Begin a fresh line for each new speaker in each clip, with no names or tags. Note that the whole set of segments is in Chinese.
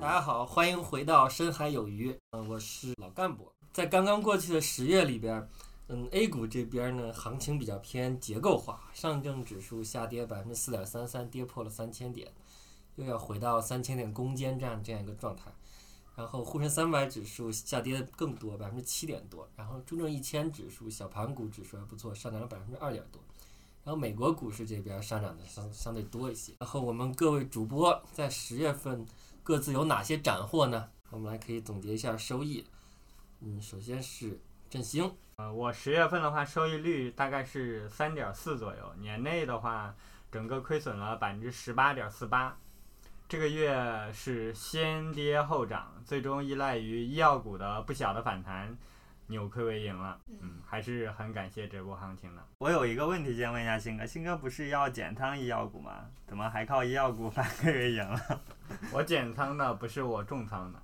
家好，欢迎回到深海有鱼。呃，我是老干部。在刚刚过去的十月里边，嗯，A 股这边呢，行情比较偏结构化，上证指数下跌百分之四点三三，跌破了三千点，又要回到三千点攻坚战这样一个状态。然后沪深三百指数下跌得更多，百分之七点多。然后中证一千指数、小盘股指数还不错，上涨了百分之二点多。然后美国股市这边上涨的相相对多一些。然后我们各位主播在十月份各自有哪些斩获呢？我们来可以总结一下收益。嗯，首先是振兴，
呃，我十月份的话，收益率大概是三点四左右，年内的话，整个亏损了百分之十八点四八。这个月是先跌后涨，最终依赖于医药股的不小的反弹，扭亏为盈了。嗯，还是很感谢这波行情的。我有一个问题先问一下新哥，新哥不是要减仓医药股吗？怎么还靠医药股 反亏为盈了？我减仓的不是我重仓的。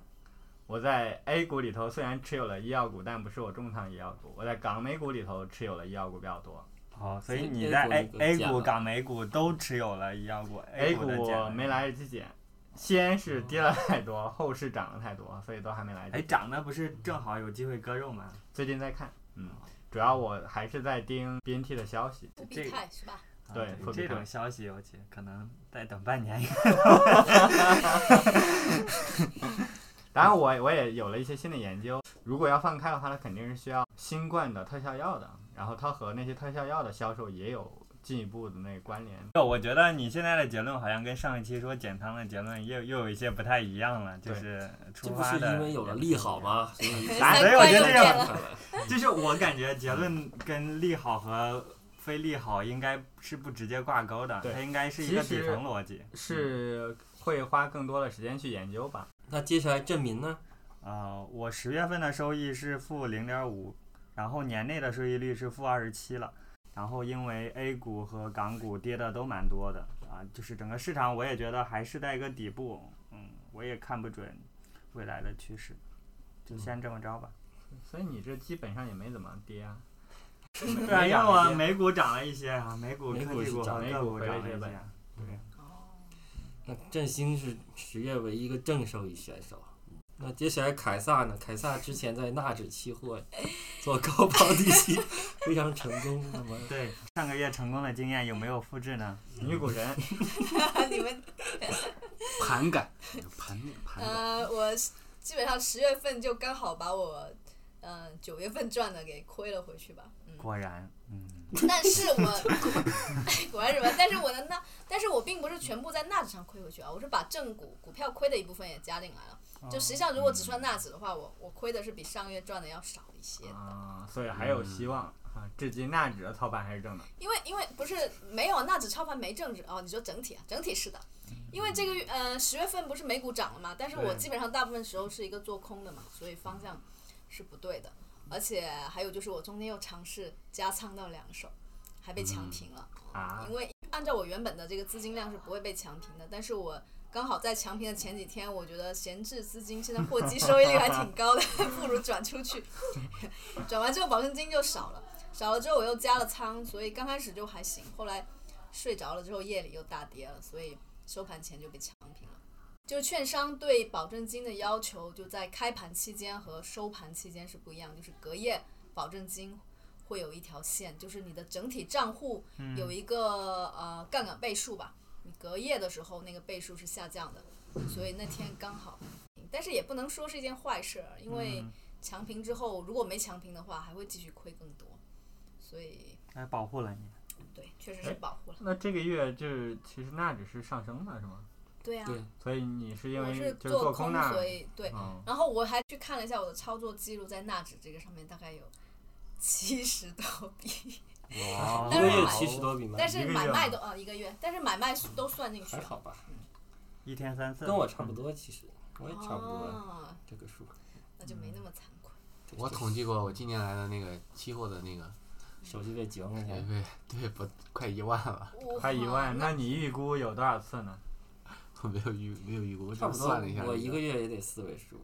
我在 A 股里头虽然持有了医药股，但不是我重仓医药股。我在港美股里头持有了医药股比较多。
哦，
所
所以
以
你
A
在
股
A
就
A
减
股、
了
港美股都持有了医药股
A 股
的减了哦
我没来得及减，先是跌了太多，后市涨了太多，所以都还没来得
哎，
及。
涨的不是正好有机会割肉吗？
最近在看，嗯，
哦
主要我还是在盯 BNT 的消息。
不
这
必
个
态是吧？
啊
对复必
这
泰
种消息，我去可能再等半年。
当然我，我也有了一些新的研究。如果要放开的话，它肯定是需要新冠的特效药的，然后它和那些特效药的销售也有进一步的那个关联。
我觉得你现在的结论好像跟上一期说减仓的结论又又有一些不太一样了，就
对
是
这
出
不
发
是
的
因为有了利好？吗？所以
哎
啊
三
所以我
块
觉得
又
这
变
个
了，
就是我感觉结论跟利好和非利好应该是不直接挂钩的，
对
它应该是一个
其
底
实
层逻辑。
是嗯会花更多的时间去研究吧。
那接下来振民呢？
啊、我十月份的收益是负零点五，然后年内的收益率是负二十七了。然后因为 A 股和港股跌的都蛮多的啊，就是整个市场我也觉得还是在一个底部，嗯，我也看不准未来的趋势，就
嗯
先这么着吧。
所以你这基本上也没怎么跌 啊。
对啊，因为我美股涨了一些啊，美股
美
科
股
技
是
股
涨
和
美
个
股
股
回了
涨
一
了一
些
些
呗
啊。
哦
那振兴是十月唯一一个正收益选手。那接下来凯撒呢？凯撒之前在纳指期货做高抛低吸，非常成功。那么
对，上个月成功的经验有没有复制呢？
女股 神
你们
盘感，盘盘感。
呃，我是基本上十月份就刚好把我嗯九、月份赚的给亏了回去吧。嗯，
果然，嗯，
但是我哎果然什么？但是我的纳，但是我并不是全部在纳指上亏回去啊，我是把正股股票亏的一部分也加进来了。就实际上，如果只算纳指的话，我我亏的是比上个月赚的要少一些。
啊，所以还有希望啊。至今纳指的操盘还是正的，
因为因为不是没有纳指超盘没政治哦，你说整体啊，整体是的，因为这个月呃十月份不是美股涨了嘛，但是我
对
基本上大部分时候是一个做空的嘛，所以方向是不对的，而且还有就是我中间又尝试加仓到两手，还被强平了，
啊
因为按照我原本的这个资金量是不会被强平的，但是我。刚好在强平的前几天，我觉得闲置资金现在货基收益率还挺高的， 不如转出去。 转完之后保证金就少了，少了之后我又加了仓，所以刚开始就还行，后来睡着了之后夜里又大跌了，所以收盘前就被强平了。就是券商对保证金的要求，就在开盘期间和收盘期间是不一样，就是隔夜保证金会有一条线，就是你的整体账户
哦嗯
有一个、呃杠杆倍数吧，你隔夜的时候那个倍数是下降的，所以那天刚好，但是也不能说是一件坏事儿，
嗯
因为、强平之后，如果没强平的话，还会继续亏更多，所以
还哎保护了你。
对，确实是保护了。
那这个月就是其实纳指是上升的，是吗？
对啊，
对
所以你是因
我
为
是
就是做
空，
纳
所以对。
哦，
然后我还去看了一下我的操作记录，在纳指这个上面大概有七十多笔，
哇
一
但
个
是
月
买
七十多笔吗？
但
一
是
个月
买
吗
卖都啊一个月，但是买卖都算进去
还
了。
好吧，
一天三次，嗯
跟我差不多，其实我也差不多
哦，
这个数。
那就没那么惭愧。
对
我统计过，我近年来的那个期货的那个，
手机被截了
对
去，
对对，不快一万了，
哇
快一万。
那
那你预估有多少次呢？
我没有预没有预估，我只
差
是
不多
算了一下。
我一个月也得四位数。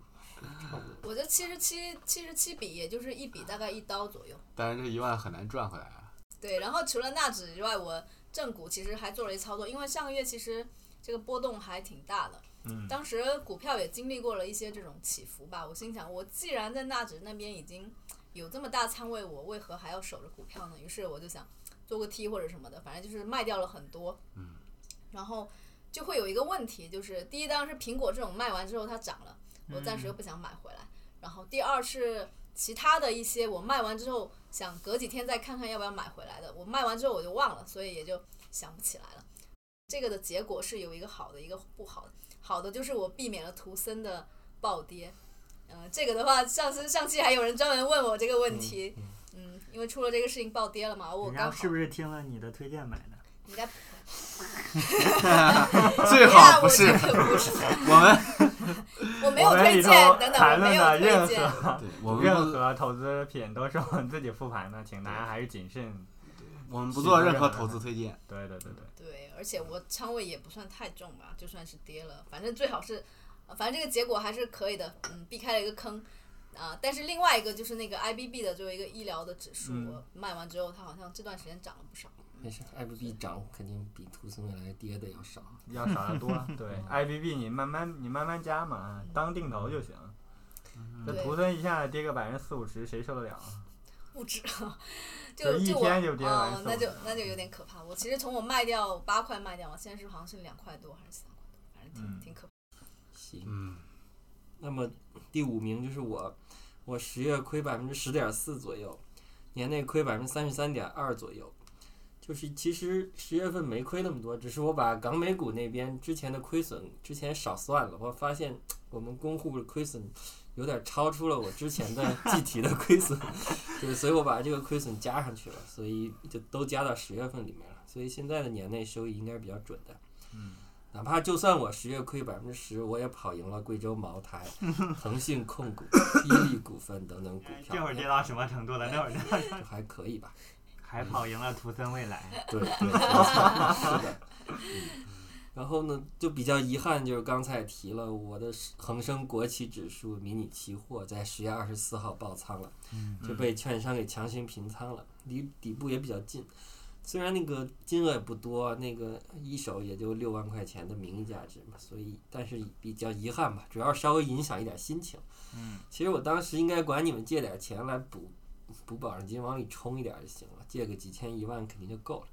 我这七十七七十七笔，也就是一笔大概一刀左右。
当然这一万很难赚回来啊。
对，然后除了纳指以外，我正股其实还做了一操作，因为上个月其实这个波动还挺大的。
嗯
当时股票也经历过了一些这种起伏吧。我心想，我既然在纳指那边已经有这么大仓位，我为何还要守着股票呢？于是我就想做个 T 或者什么的，反正就是卖掉了很多。
嗯，
然后就会有一个问题，就是第一当然是苹果这种卖完之后它涨了，我暂时又不想买回来。然后第二是其他的一些我卖完之后想隔几天再看看要不要买回来的，我卖完之后我就忘了，所以也就想不起来了。这个的结果是有一个好的，一个不好的。好的就是我避免了图森的暴跌。呃，这个的话，上次上期还有人专门问我这个问题， 嗯，因为出了这个事情暴跌了嘛，我
人家
刚好
是不是听了你的推荐买的？
人家
最好不
人家我
是
这个不是，
我们，
我没有
我们
推
里头
荐，等等，我
谈
没
论
有
的任
推荐。
何
对我们
任
不，
何投资品都是我们自己复盘的，请大家还是谨慎。
我们不做任何投资推荐。
对对对对，
对，而且我仓位也不算太重吧，就算是跌了，反正最好是，呃反正这个结果还是可以的，嗯，避开了一个坑，啊、但是另外一个就是那个 IBB 的作为一个医疗的指数，
嗯
我卖完之后，它好像这段时间涨了不少。
没事，IBB 涨肯定比图森未来跌的要少。
要少 要多。对，IBB 你慢慢你慢慢加嘛，啊当定投就行。这
嗯
对
图森一下跌个百分之四五十，谁受得了啊？
物质，
就
就
一
我
天就跌完
哦
手，
那就那就有点可怕。我其实从我卖掉八块卖掉嘛，现在是好像是两块多还是三块多，反正挺、
嗯
挺可怕。
行，
嗯，
那么第五名就是我，我十月亏百分之十点四左右，年内亏百分之三十三点二左右。就是其实十月份没亏那么多，只是我把港美股那边之前的亏损之前少算了，我发现我们公户的亏损有点超出了我之前 的计提的亏损，对，所以我把这个亏损加上去了，所以就都加到十月份里面了，所以现在的年内收益应该是比较准的。
嗯
哪怕就算我十月亏百分之十，我也跑赢了贵州茅台、 腾讯控股、伊利股份等等股票，
这会儿跌到什么程度了？那会儿跌到
就还可以吧？
还跑赢了图森未来。
对，对是的。嗯然后呢，就比较遗憾，就是刚才也提了，我的恒生国企指数迷你期货在十月二十四号爆仓了，就被券商给强行平仓了，离底部也比较近。虽然那个金额也不多，那个一手也就六万块钱的名义价值嘛，所以但是比较遗憾吧，主要稍微影响一点心情。嗯，其实我当时应该管你们借点钱来补补保证金，往里冲一点就行了，借个几千一万肯定就够了。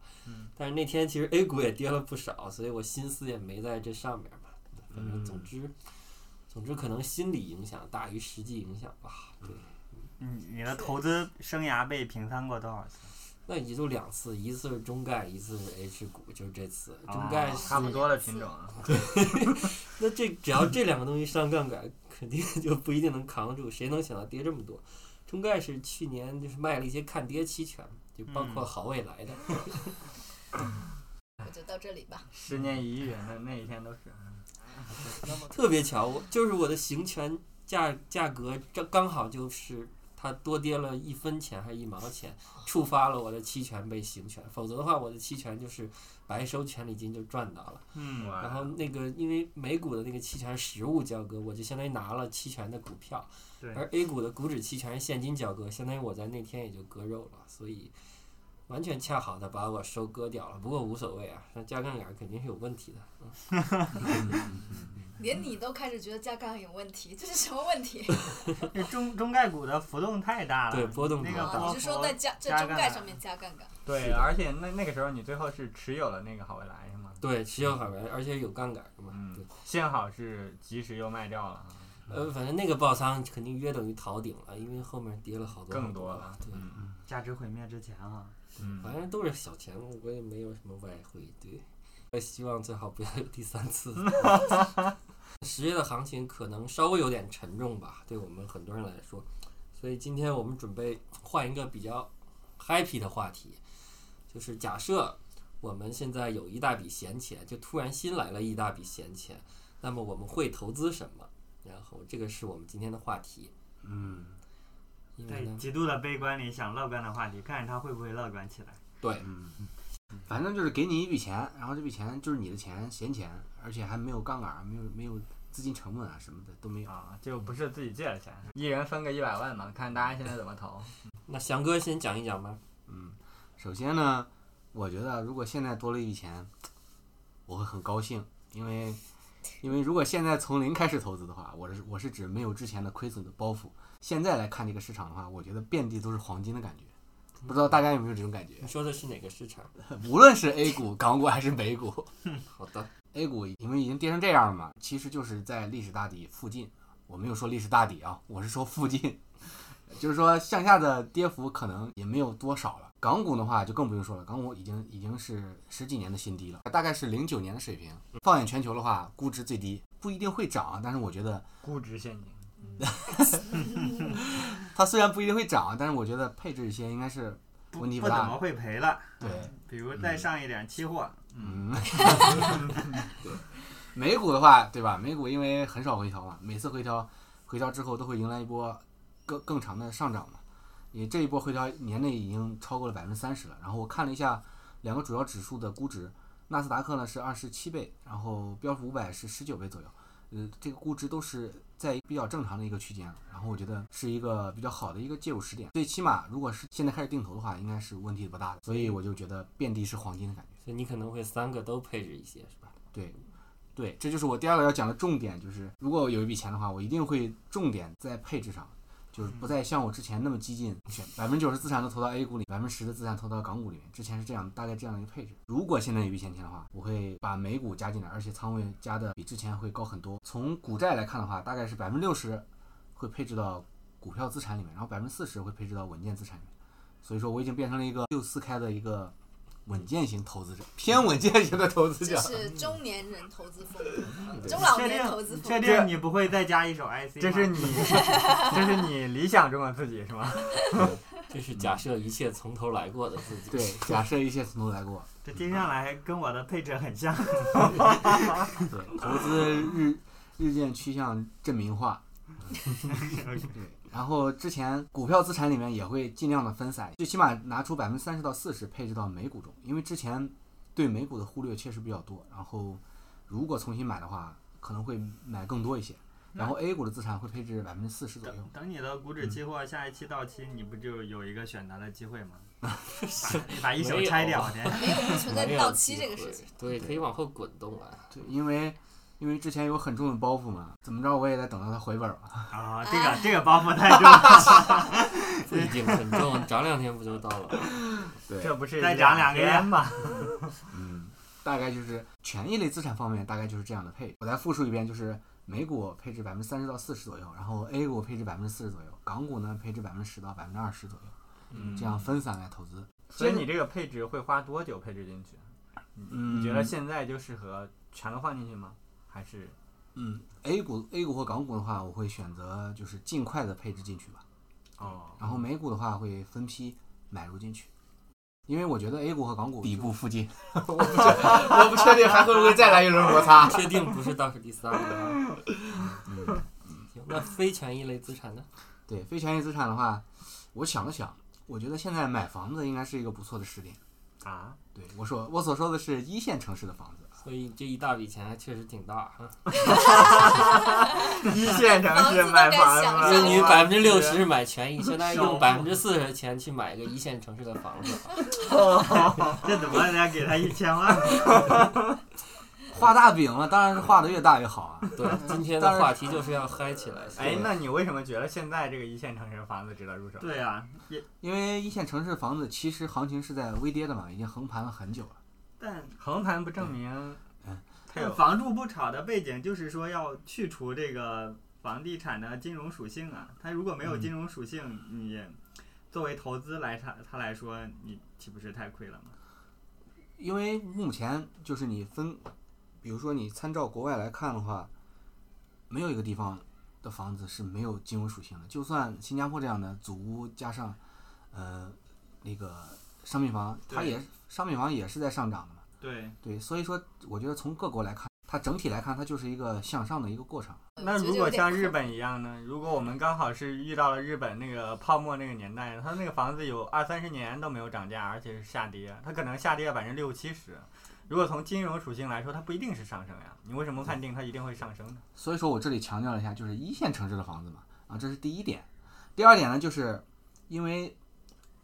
但是那天其实 A 股也跌了不少，所以我心思也没在这上面嘛。反正总之，总之可能心理影响大于实际影响吧。对，
你你的投资生涯被平仓过多少次？
那也就两次，一次是中概，一次是 H 股，就是这次中概
哦
是。
差不多的品种啊。
那这只要这两个东西上杠杆，肯定就不一定能扛住。谁能想到跌这么多？中概是去年就是卖了一些看跌期权，就包括好未来的。
我就到这里吧。
十年一遇，那那一天都是。
特别巧，我就是我的行权价价格这刚好就是它多跌了一分钱还是一毛钱，触发了我的期权被行权，否则的话我的期权就是白收权利金就赚到了。
嗯，
哇
然后那个因为美股的那个期权实物交割，我就相当于拿了期权的股票，
对
而 A 股的股指期权是现金交割，相当于我在那天也就割肉了，所以。完全恰好的把我收割掉了，不过无所谓啊，那加杠杆肯定是有问题的。
连你都开始觉得加杠杆有问题，这是什么 问题？
这中中概股的浮动太大了，
对波动
那
太
个
大
啊，
波
你是说
幅
在加在
加
中
杠
概
啊
杆
上面加杠杆？
是
对，
的
而且那那个时候你最后是持有了那个好未来是吗？
对，持有好玩，而且有杠杆的嘛。
嗯
对，
幸好是及时又卖掉了啊，
呃，反正那个爆仓肯定约等于逃顶了，因为后面跌了好多
更
好
多
了
了。。
对，
嗯
价值毁灭之前啊，
嗯，
反正都是小钱，我也没有什么外汇。对，我希望最好不要有第三次。 十月的行情可能稍微有点沉重吧，对我们很多人来说，所以今天我们准备换一个比较 happy 的话题，就是假设我们现在有一大笔闲钱，就突然新来了一大笔闲钱，那么我们会投资什么？然后这个是我们今天的话题。
嗯，
因为
在
呢，
极度的悲观里想乐观的话题，看着他会不会乐观起来。
反正就是给你一笔钱，然后这笔钱就是你的钱，闲钱，而且还没有杠杆儿，没有没有资金成本啊什么的都没有。
啊，就不是自己借的钱，一人分个一百万嘛，看大家现在怎么投。
那翔哥先讲一讲吧。
嗯，首先呢，我觉得如果现在多了一笔钱，我会很高兴，因为因为如果现在从零开始投资的话，我是我是指没有之前的亏损的包袱。现在来看这个市场的话，我觉得遍地都是黄金的感觉，不知道大家有没有这种感觉？
你说的是哪个市场？
无论是 A 股、港股还是美股
好的，
，A 股因为已经跌成这样了嘛，其实就是在历史大底附近。我没有说历史大底啊，我是说附近， 就是说向下的跌幅可能也没有多少了。港股的话就更不用说了，港股已经已经是十几年的新低了，大概是零九年的水平。放眼全球的话，估值最低，不一定会涨，但是我觉得
估值陷阱。
它虽然不一定会涨，但是我觉得配置一些应该是
不
问题
不
不
怎
大
么嗯会赔了。
对，
比如再上一点期货，
嗯，对，美股的话，对吧？美股因为很少回调嘛，每次回调回调之后都会迎来一波更更长的上涨嘛。也这一波回调年内已经超过了百分之三十了。然后我看了一下两个主要指数的估值，纳斯达克呢是二十七倍，然后标普五百是十九倍左右。呃，这个估值都是在比较正常的一个区间，然后我觉得是一个比较好的一个介入时点。最起码，如果是现在开始定投的话，应该是问题不大的。所以我就觉得遍地是黄金的感觉。
所以你可能会三个都配置一些，是吧？
对，这就是我第二个要讲的重点，就是如果有一笔钱的话，我一定会重点在配置上，就是不再像我之前那么激进，百分之九十资产都投到 A 股里，百分之十的资产投到港股里面。之前是这样，大概这样的一个配置。如果现在有一笔闲钱的话，我会把美股加进来，而且仓位加的比之前会高很多。从股债来看的话，大概是百分之六十会配置到股票资产里面，然后百分之四十会配置到稳健资产里面。所以说，我已经变成了一个六四开的一个稳健型投资者，偏稳健型的投资者
这。是中年人投资风格，
对
中老
确
年
定
投资
嗯
你
风
确
格。
定你不会再加一首 IC？
这
吗
是你，这是你理想中的自己是吗？
这是假设一切从头来过的自己。
对，假设一切从头来过，
这听上来跟我的配置很像。
对，投资日日渐趋向证明化。对，然后之前股票资产里面也会尽量的分散，最起码拿出百分之三十到四十配置到美股中，因为之前对美股的忽略确实比较多。然后如果重新买的话，可能会买更多一些。然后 A 股的资产会配置百分之四十左右
等。等你的股指期货下一期到期，你不就有一个选择的机会吗？把把一手
没有
拆掉去。
没有不存在
没有
到期
机
这个
会
事情。，
对，可以往后滚动啊。
对，因为因为之前有很重的包袱嘛，怎么着我也得等到它回本儿吧。
啊，这个这个包袱太 重了，
不一定很重，涨两天不就到了？
对
这不是
再涨两个月
天吗？
嗯，大概就是权益类资产方面，大概就是这样的配置。我再复述一遍，就是美股配置百分之三十到四十左右，然后 A 股配置百分之四十左右，港股呢配置百分之十到百分之二十左右，
嗯
这样分散来投资。
所以你这个配置会花多久配置进去？
嗯
你觉得现在就适合全都放进去吗？还是
嗯，A 股 A 股和港股的话，我会选择就是尽快的配置进去吧。
哦，
然后 美股的话会分批买入进去，因为我觉得 A 股和港股底部附近， 我不确我不确定还会不会再来一轮摩擦。
确定不是倒数第三个啊。
嗯
行，那非权益类资产呢？
对非权益资产的话，我想了想，我觉得现在买房子应该是一个不错的时点。
啊？
对我说，我所说的是一线城市的房子，
所以这一大笔钱还确实挺大哈。
一线城市买房
房子都敢想
子，
就
象
你百分之六十买权益，相当于用百分之四十的钱去买一个一线城市的房子。
这怎么得给他一千万？
画大饼嘛，当然是画的越大越好啊。
对，今天的话题就是要嗨起来。
哎，那你为什么觉得现在这个一线城市的房子值得入手？
对啊呀、也
因为一线城市房子其实行情是在微跌的嘛，已经横盘了很久了。
但
横盘不证明
嗯
它
但
有
房住不炒的背景就是说要去除这个房地产的金融属性啊，它如果没有金融属性，你作为投资来它它来说，你岂不是太亏了吗？
因为目前就是你分，比如说你参照国外来看的话，没有一个地方的房子是没有金融属性的。就算新加坡这样的祖屋加上，呃，那个商品房，它
对
也商品房也是在上涨的嘛。
对，
对，所以说我觉得从各国来看，它整体来看，它就是一个向上的一个过程。
我
那
觉得
如
有
果
点
像日
恐
本一样呢？如果我们刚好是遇到了日本那个泡沫那个年代，它那个房子有二三十年都没有涨价，而且是下跌，它可能下跌了百分之六七十。如果从金融属性来说，它不一定是上升呀。你为什么判定它一定会上升呢？
所以说我这里强调了一下，就是一线城市的房子嘛，啊，这是第一点。第二点呢，就是因为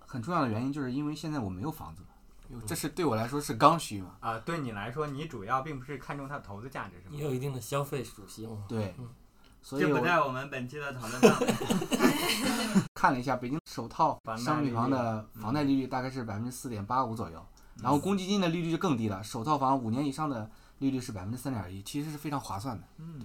很重要的原因，就是因为现在我没有房子嘛，因为这是对我来说是刚需嘛。
啊、对你来说，你主要并不是看重它的投资价值，是
也有
吗？
一定的消费属性。
对
嗯，
所以
这不
我
在我们本期的讨论范 围。
看了一下北京首套
房贷
商品房
利率
的
嗯
房贷利率大概是百分之四点八五左右，然后公积金的利率就更低了，首套房五年以上的利率是百分之三点一，其实是非常划算的。
嗯，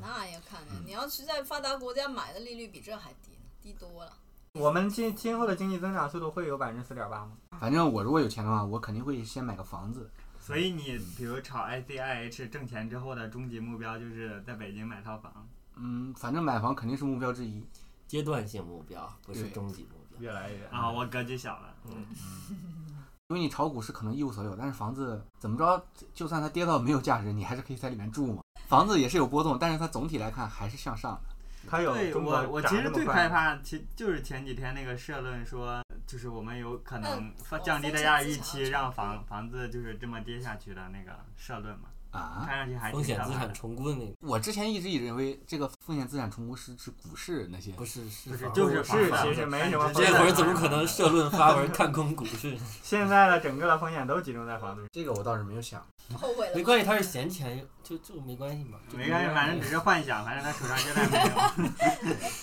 那要看的，你要是在发达国家买的利率比这还低呢，低多了。
我们今今后的经济增长速度会有百分之四点八吗？
反正我如果有钱的话，我肯定会先买个房子。
所以你比如
嗯
炒 ICIH 挣钱之后的终极目标就是在北京买套房。
嗯，反正买房肯定是目标之一。
阶段性目标不是
对
终极目标。
越来越
啊，我格局小了。
嗯
嗯
因为你炒股市可能一无所有，但是房子怎么着，就算它跌到没有价值，你还是可以在里面住嘛。房子也是有波动，但是它总体来看还是向上的。
它有
对
中国
我，我
涨
其
这
实
么
最
快
害
吗
怕，其就是前几天那个社论说，就是我们有可能放
哦
降低
风
大家
险资
预
产
期，
重
让
估
房房子就是这么跌下去的那个社论嘛，
啊，
看上去还挺
风险
可
资
怕
产
的。
重估那个
我之前一直以为这个风险资产重估是指股市那些
不是是
不是
房，
就
子
是
是
房
其
子啊
实没
但
什么
是
风
这
险
会儿
资
怎么
产
可能社论发文看空股市？
现在的整个的风险都集中在房子上。
这个我倒是没有想。
后悔了。
没关系，他是闲钱，就就没关系嘛。就
没关系，反正只
系
是幻想，反正他手上现在没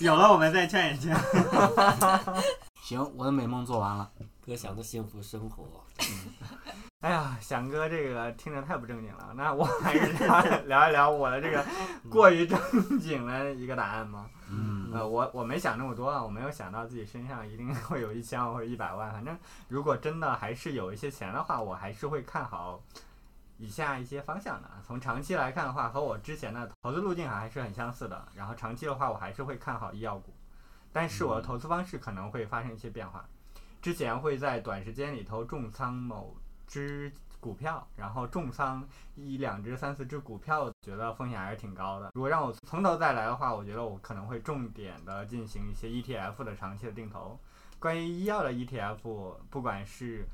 有，有了我们再劝一劝。
行，我的美梦做完了。
哥想的幸福生活，
哎呀，翔哥这个听着太不正经了，那我还是聊 聊一聊我的这个过于正经的一个答案吧。
嗯，
呃，我我没想那么多啊，我没有想到自己身上一定 会有一千万或者一百万，反正如果真的还是有一些钱的话，我还是会看好以下一些方向的。啊从长期来看的话，和我之前的投资路径还是很相似的。然后长期的话，我还是会看好医药股，但是我的投资方式可能会发生一些变化。之前会在短时间里头重仓某只股票，然后重仓一两只、三四只股票，觉得风险还是挺高的。如果让我从头再来的话，我觉得我可能会重点的进行一些 ETF 的长期的定投。关于医药的 ETF，不管是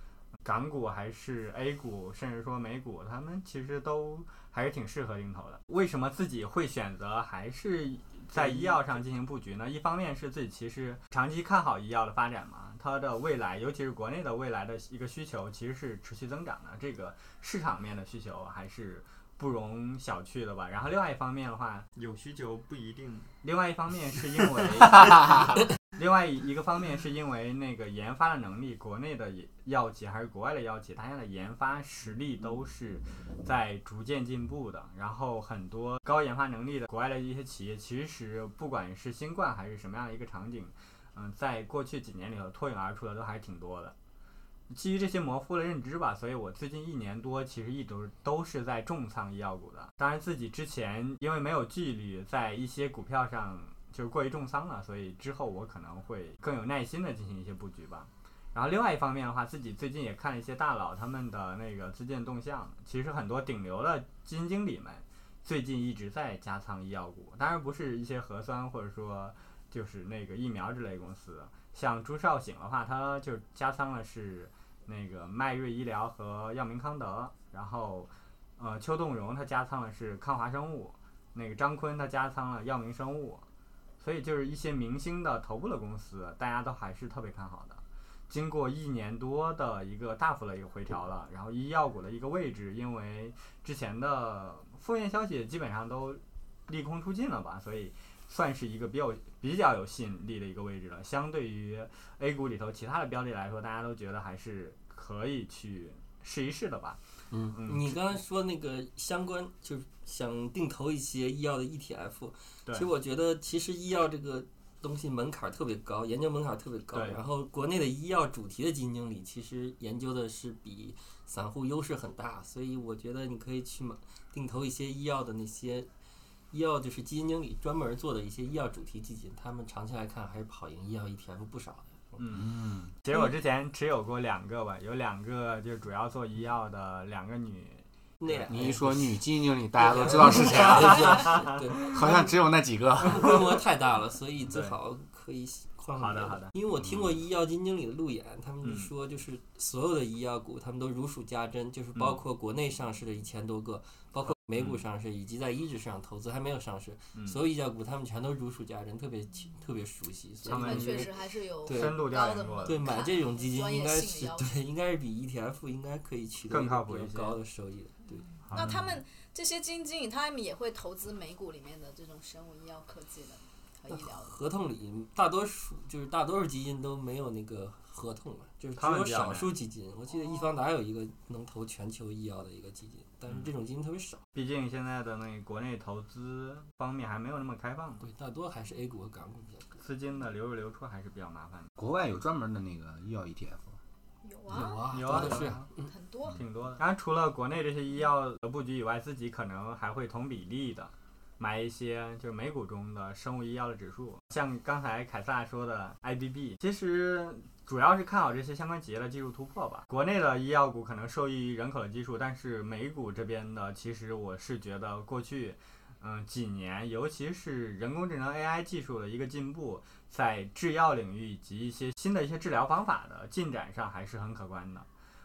港股还是 A 股，甚至说美股，他们其实都还是挺适合定投的。为什么自己会选择还是在医药上进行布局呢？一方面是自己其实长期看好医药的发展嘛，它的未来，尤其是国内的未来的一个需求，其实是持续增长的，这个市场面的需求还是不容小觑的吧。然后另外一方面的话，
有需求不一定，
另外一方面是因 为，另外一个方面是因为那个研发的能力，国内的药企还是国外的药企，大家的研发实力都是在逐渐进步的。然后很多高研发能力的国外的一些企业，其实不管是新冠还是什么样的一个场景，嗯，在过去几年里头脱颖而出的都还挺多的。基于这些模糊的认知吧，所以我最近一年多其实一直都是在重仓医药股的。当然，自己之前因为没有纪律，在一些股票上就是过于重仓了，所以之后我可能会更有耐心的进行一些布局吧。然后另外一方面的话，自己最近也看了一些大佬他们的那个资金动向，其实很多顶流的基金经理们最近一直在加仓医药股，当然不是一些核酸或者说就是那个疫苗之类的公司。像朱少醒的话，他就加仓了是那个迈瑞医疗和药明康德，然后呃邱栋荣他加仓了是康华生物，那个张坤他加仓了药明生物，所以就是一些明星的头部的公司，大家都还是特别看好的。经过一年多的一个大幅的一个回调了，然后医药股的一个位置，因为之前的负面消息基本上都利空出尽了吧，所以算是一个比较比较有吸引力的一个位置了。相对于 A 股里头其他的标的来说，大家都觉得还是可以去试一试的吧。
嗯
嗯，
你刚才说那个相关，就是想定投一些医药的 E ETF，
对
其实我觉得其实医药这个东西门槛儿特别高，研究门槛儿特别高。
对
然后国内的医药主题的基金经理其实研究的是比散户优势很大，所以我觉得你可以去买定投一些医药的那些。医药就是基金经理专门做的一些医药主题基金，他们长期来看还是跑赢医药 ETF 不少的。
嗯。
嗯，
其实我之前持有过两个吧，有两个就主要做医药的两个女，
那俩
你一说女基金经理，大家都知道是谁了，
对，
好像只有那几个。
规模太大了，所以最好可以换个
好
别
的好嗯的，
因为我听过医药基金经理的路演，他们就说就是所有的医药股，他们都如数家珍，就是包括
嗯
国内上市的一千多个，包括美股上市以及在一级市场投资还没有上市，
嗯
所有医药股他们全都如数家珍，特别清特别熟悉。所
他
以
他
们
们
就
确
是
实还是有
对
深度调
高的
研过
门
的
对买这种基金
专业
应该
性
是
的要求
对，应该是比 ETF 应该可以取得
更
一
靠
个
谱
比
一些
较高的收益的。对，
好
那他们这些基金经理，他们也会投资美股里面的这种生物医药科技的和医疗的。
合同里大多数就是大多数基金都没有那个合同了，就是只
他们
有
比较
少数基金。我记得易
哦
方达有一个能投全球医药的一个基金，但是这
嗯
种基金特别少，
毕竟现在的那国内投资方面还没有那么开放，
对，大多还是 A 股和港股比较多。
资金的流入流出还是比较麻烦的，
国外有专门的那个医药 E ETF，
有
有
啊，
啊，
有啊
多的是
有
啊。
啊
很多。
挺多的。当然，除了国内这些医药的布局以外，自己可能还会同比例的买一些就是美股中的生物医药的指数，像刚才凯撒说的 IBB，其实。主要是看好这些相关企业的技术突破吧。国内的医药股可能受益于人口的基数，但是美股这边的，其实我是觉得过去，嗯，几年，尤其是人工智能 AI 技术的一个进步，在制药领域以及一些新的一些治疗方法的进展上还是很可观的。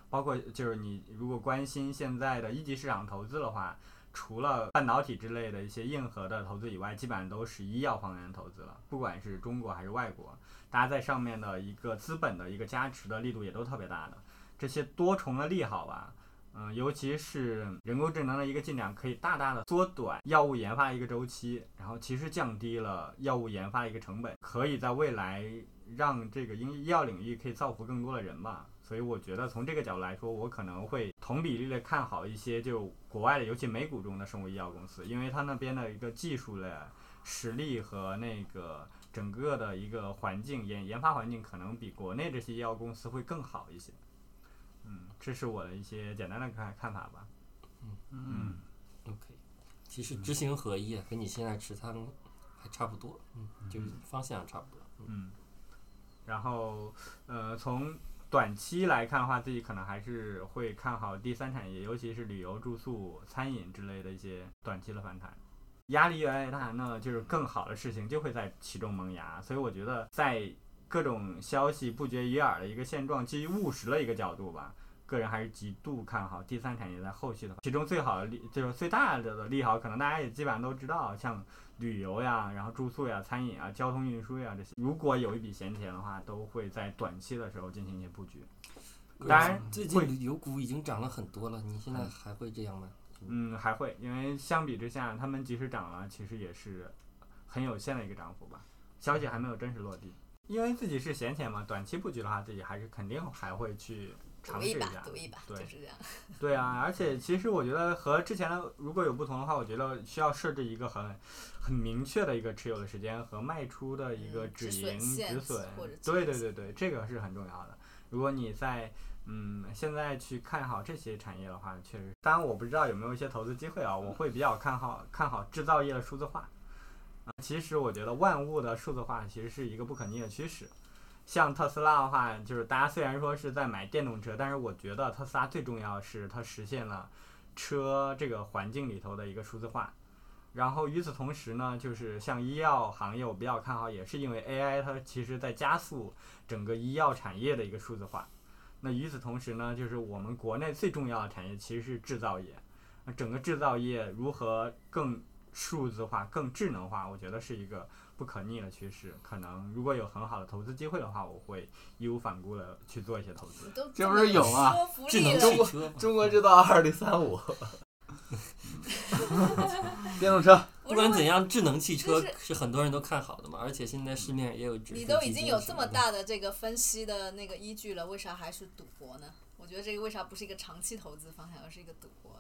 包括就是你如果关心现在的一级市场投资的话，除了半导体之类的一些硬核的投资以外，基本上都是医药方面的投资了，不管是中国还是外国，大家在上面的一个资本的一个加持的力度也都特别大的，这些多重的利好吧。嗯，尤其是人工智能的一个进展，可以大大的缩短药物研发的一个周期，然后其实降低了药物研发的一个成本，可以在未来让这个医医药领域可以造福更多的人吧。所以我觉得从这个角度来说，我可能会同比例的看好一些就国外的，尤其美股中的生物医药公司，因为它那边的一个技术的实力和那个整个的一个环境研研发环境，可能比国内这些医药公司会更好一些。嗯，这是我的一些简单的看看法吧。
嗯，
OK，其实知行合一啊，跟你现在持仓还差不多，嗯，就是方向差不多。
嗯，然后呃，从短期来看的话，自己可能还是会看好第三产业，尤其是旅游、住宿、餐饮之类的一些短期的反弹。压力越来越大，那就是更好的事情就会在其中萌芽。所以我觉得，在各种消息不绝于耳的一个现状，基于务实的一个角度吧，个人还是极度看好第三产业在后续的。其中最好的利就是最大的的利好，可能大家也基本上都知道，像旅游呀，然后住宿呀、餐饮啊、交通运输呀这些，如果有一笔闲钱的话，都会在短期的时候进行一些布局。当然
最
会
近旅游股已经涨了很多了，你现在还会这样吗？
嗯，还会，因为相比之下，他们即使涨了，其实也是很有限的一个涨幅吧。消息还没有真实落地，因为自己是闲钱嘛，短期布局的话，自己还是肯定还会去尝
赌
试
一把
下，。
赌一把，就
对
是这样。
对啊，而且其实我觉得和之前的如果有不同的话，我觉得需要设置一个很很明确的一个持有的时间和卖出的一个
嗯
止
止损
盈、
线
止损
或者。止
对
损
对对对，这个是很重要的。如果你在嗯现在去看好这些产业的话，确实，当然我不知道有没有一些投资机会啊，我会比较看好看好制造业的数字化。啊，其实我觉得万物的数字化其实是一个不可逆的趋势。像特斯拉的话，就是大家虽然说是在买电动车，但是我觉得特斯拉最重要的是它实现了车这个环境里头的一个数字化。然后与此同时呢，就是像医药行业，我比较看好，也是因为 AI 它其实在加速整个医药产业的一个数字化。那与此同时呢，就是我们国内最重要的产业其实是制造业，那整个制造业如何更数字化、更智能化，我觉得是一个不可逆的趋势。可能如果有很好的投资机会的话，我会义无反顾的去做一些投资
你。都
这
么
不是有啊
说服
智
力
能
了，
汽车，
中国制造二零三五，电动车
不
不
管
是
怎样，智能汽车
就是
是很多人都看好的嘛，而且现在市面上也有指数
你都已
基
经
金
有
什
这么
的，
大的这个分析的那个依据了，为啥还是赌博呢？我觉得这个为啥不是一个长期投资方向，而是一个赌博？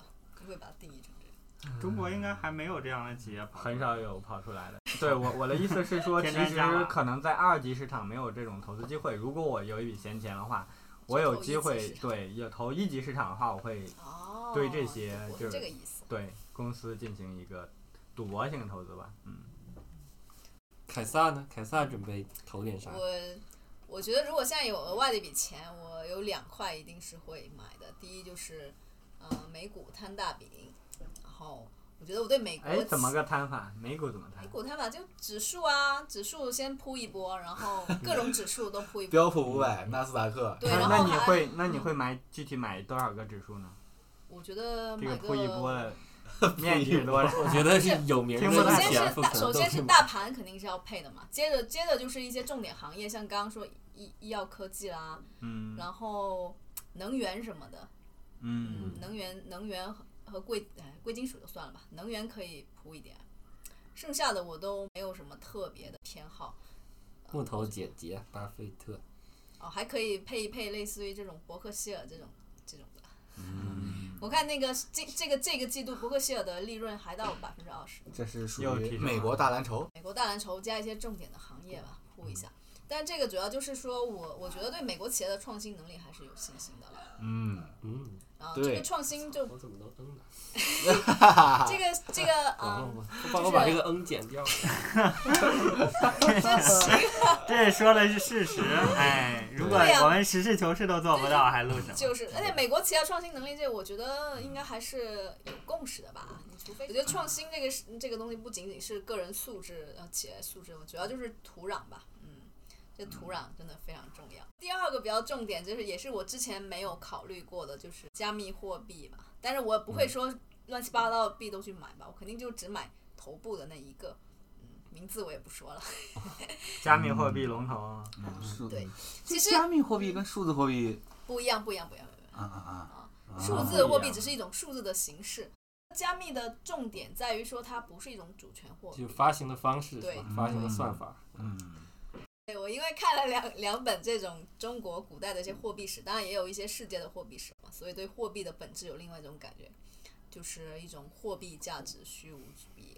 你会把它定义成这样？
中国应该还没有这样的企业跑出来
很少有跑出来的。对我我的意思 是说，其
天天
实
加
啊
码
可能在二级市场没有这种投资机会。如果我有一笔闲钱的话，我有机
投一
会
级市场
对有投一级市场的话，我会
哦，
对这些
我
就是
这个意思。
对公司进行一个赌博性的投资吧。嗯，
凯撒呢？凯撒准备投点啥？
我我觉得如果现在有额外的一笔钱，我有两块一定是会买的。第一就是呃美股摊大饼，然后我觉得我对美国
哎，怎么个摊法？美股怎么摊
美？股它把就指数啊，指数先铺一波，然后各种指数都铺一波。
标普五百、纳斯达克，
对，
那
然
那
后
你
还嗯
会那你会买具体买多少个指数呢？
我觉得
这个
买
铺一波 的
铺
面
一
积多大？
我觉得是有名的
听不懂
ETF
首
可
先是大，
能
首
都
先
是
是大盘肯定是要配的嘛，接着接着就是一些重点行业，像刚刚说医医药科技啦，
嗯
然后能源什么的，
哦
嗯，
能源能源和和贵哎贵金属就算了吧，能源可以铺一点，剩下的我都没有什么特别的偏好。
木头姐姐巴菲特，
哦，还可以配一配类似于这种伯克希尔这种这种的。
嗯
我看那个这这个这个季度伯克希尔的利润还到百分之二十，
这是属
又提
于
升
美国大蓝筹。
美国大蓝筹加一些重点的行业吧，铺一下。但这个主要就是说我我觉得对美国企业的创新能力还是有信心的了。
嗯，
嗯，
然后这
对
个创新就
我怎么能嗯呢？
这个这个嗯，
哦我帮我把这个嗯剪掉。
这说的是事实，哎，如果
对呀
我们实事求是都做不到，还录什么？
就是，而且美国企业创新能力这，我觉得应该还是有共识的吧。你除非我觉得创新这个是这个东西不仅仅是个人素质，呃，企业素质，主要就是土壤吧。嗯，这土壤真的非常重要。第二个比较重点就是，也是我之前没有考虑过的，就是加密货币嘛。但是我不会说乱七八糟的币都去买吧，我肯定就只买头部的那一个。嗯，名字我也不说了。
加密货币龙头，
嗯
数
对其实
加密货币跟数字货币，
不一样，不一样，不一样，不一样。
啊啊啊，
数
啊
字货币只是一种数字的形式，加密的重点在于说它不是一种主权货币
就。发行的方式是
对
吧？发行的算法，
嗯，
对我因为看了两两本这种中国古代的一些货币史，当然也有一些世界的货币史嘛，所以对货币的本质有另外一种感觉，就是一种货币价值虚无主义。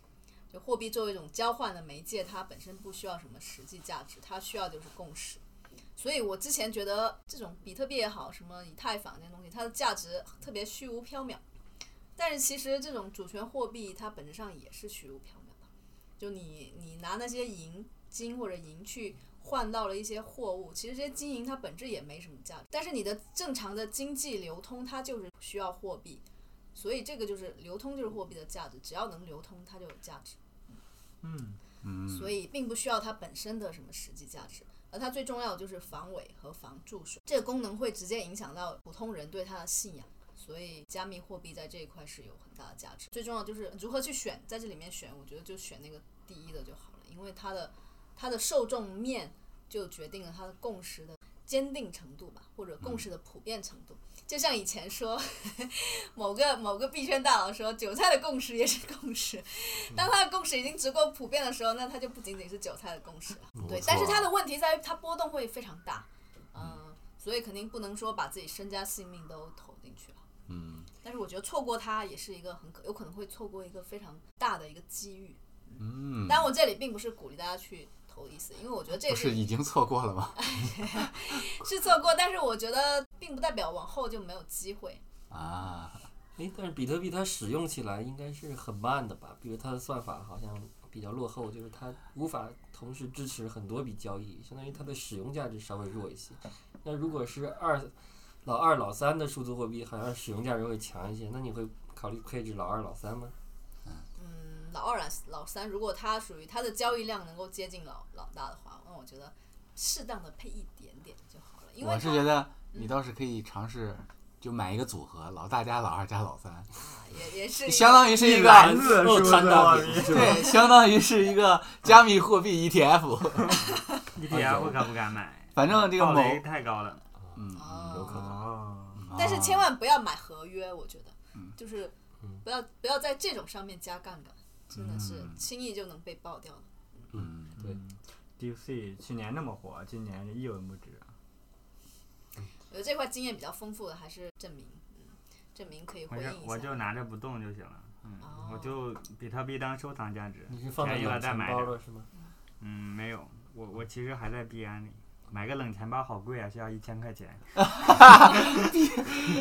就货币作为一种交换的媒介，它本身不需要什么实际价值，它需要就是共识。所以我之前觉得这种比特币也好，什么以太坊这些东西，它的价值特别虚无缥缈。但是其实这种主权货币，它本质上也是虚无缥缈的。就你你拿那些银金或者银去换到了一些货物，其实这些金银它本质也没什么价值。但是你的正常的经济流通，它就是需要货币，所以这个就是流通就是货币的价值，只要能流通，它就有价值。
嗯，
所以并不需要它本身的什么实际价值。而它最重要的就是防伪和防注水，这个功能会直接影响到普通人对它的信仰。所以加密货币在这一块是有很大的价值。最重要就是如何去选，在这里面选，我觉得就选那个第一的就好了，因为它的它的受众面就决定了它的共识的坚定程度吧，或者共识的普遍程度。就像以前说 某个某个币圈大佬说，韭菜的共识也是共识，当它的共识已经足够普遍的时候，那它就不仅仅是韭菜的共识了。对，但是它的问题在于它波动会非常大，嗯，所以肯定不能说把自己身家性命都投进去了。
嗯
但是我觉得错过它也是一个很可有可能会错过一个非常大的一个机遇。
嗯，
当然，我这里并不是鼓励大家去投意思，因为我觉得这
不
也
是
是
已经错过了吗？
是错过，但是我觉得并不代表往后就没有机会。
啊，
诶，但是比特币它使用起来应该是很慢的吧？比如它的算法好像比较落后，就是它无法同时支持很多笔交易，相当于它的使用价值稍微弱一些。那如果是二老二老三的数字货币，好像使用价值会强一些。那你会考虑配置老二老三吗？
嗯，老二、老三，如果它属于它的交易量能够接近老老大的话，那我觉得适当的配一点点就好了，因为嗯
我是
它
觉得你倒是可以尝试，就买一个组合，老大加老二加老三，
啊也也是一个
相当于是一个
篮
子
子
数字
摊大
货
饼
币
是吧？
对，相当于是一个加密货币 ETF。
哎
ETF 可，E 不敢买，
反正这个
暴
某，
雷太高了。
嗯，
有可
哦，
能。
哦，
但是千
万
万不要买合约，我觉得
嗯
就是
嗯
不要不要在这种上面加杠杆，真的是
嗯
轻易就能被爆掉的。
嗯，
对
，DeepC 去年那么火，今年一文不值。
我觉得这块经验比较丰富的还是证明，嗯，证明可以
我
回
就
应
我
一
就
下。
拿着不动就行了，嗯，
哦
我就比特币当收藏价值。
你是放在
便宜了
冷
再
钱
买
包
着
了是吗？
嗯，没有，我我其实还在币安里。买个冷钱包好贵啊，需要一千块钱。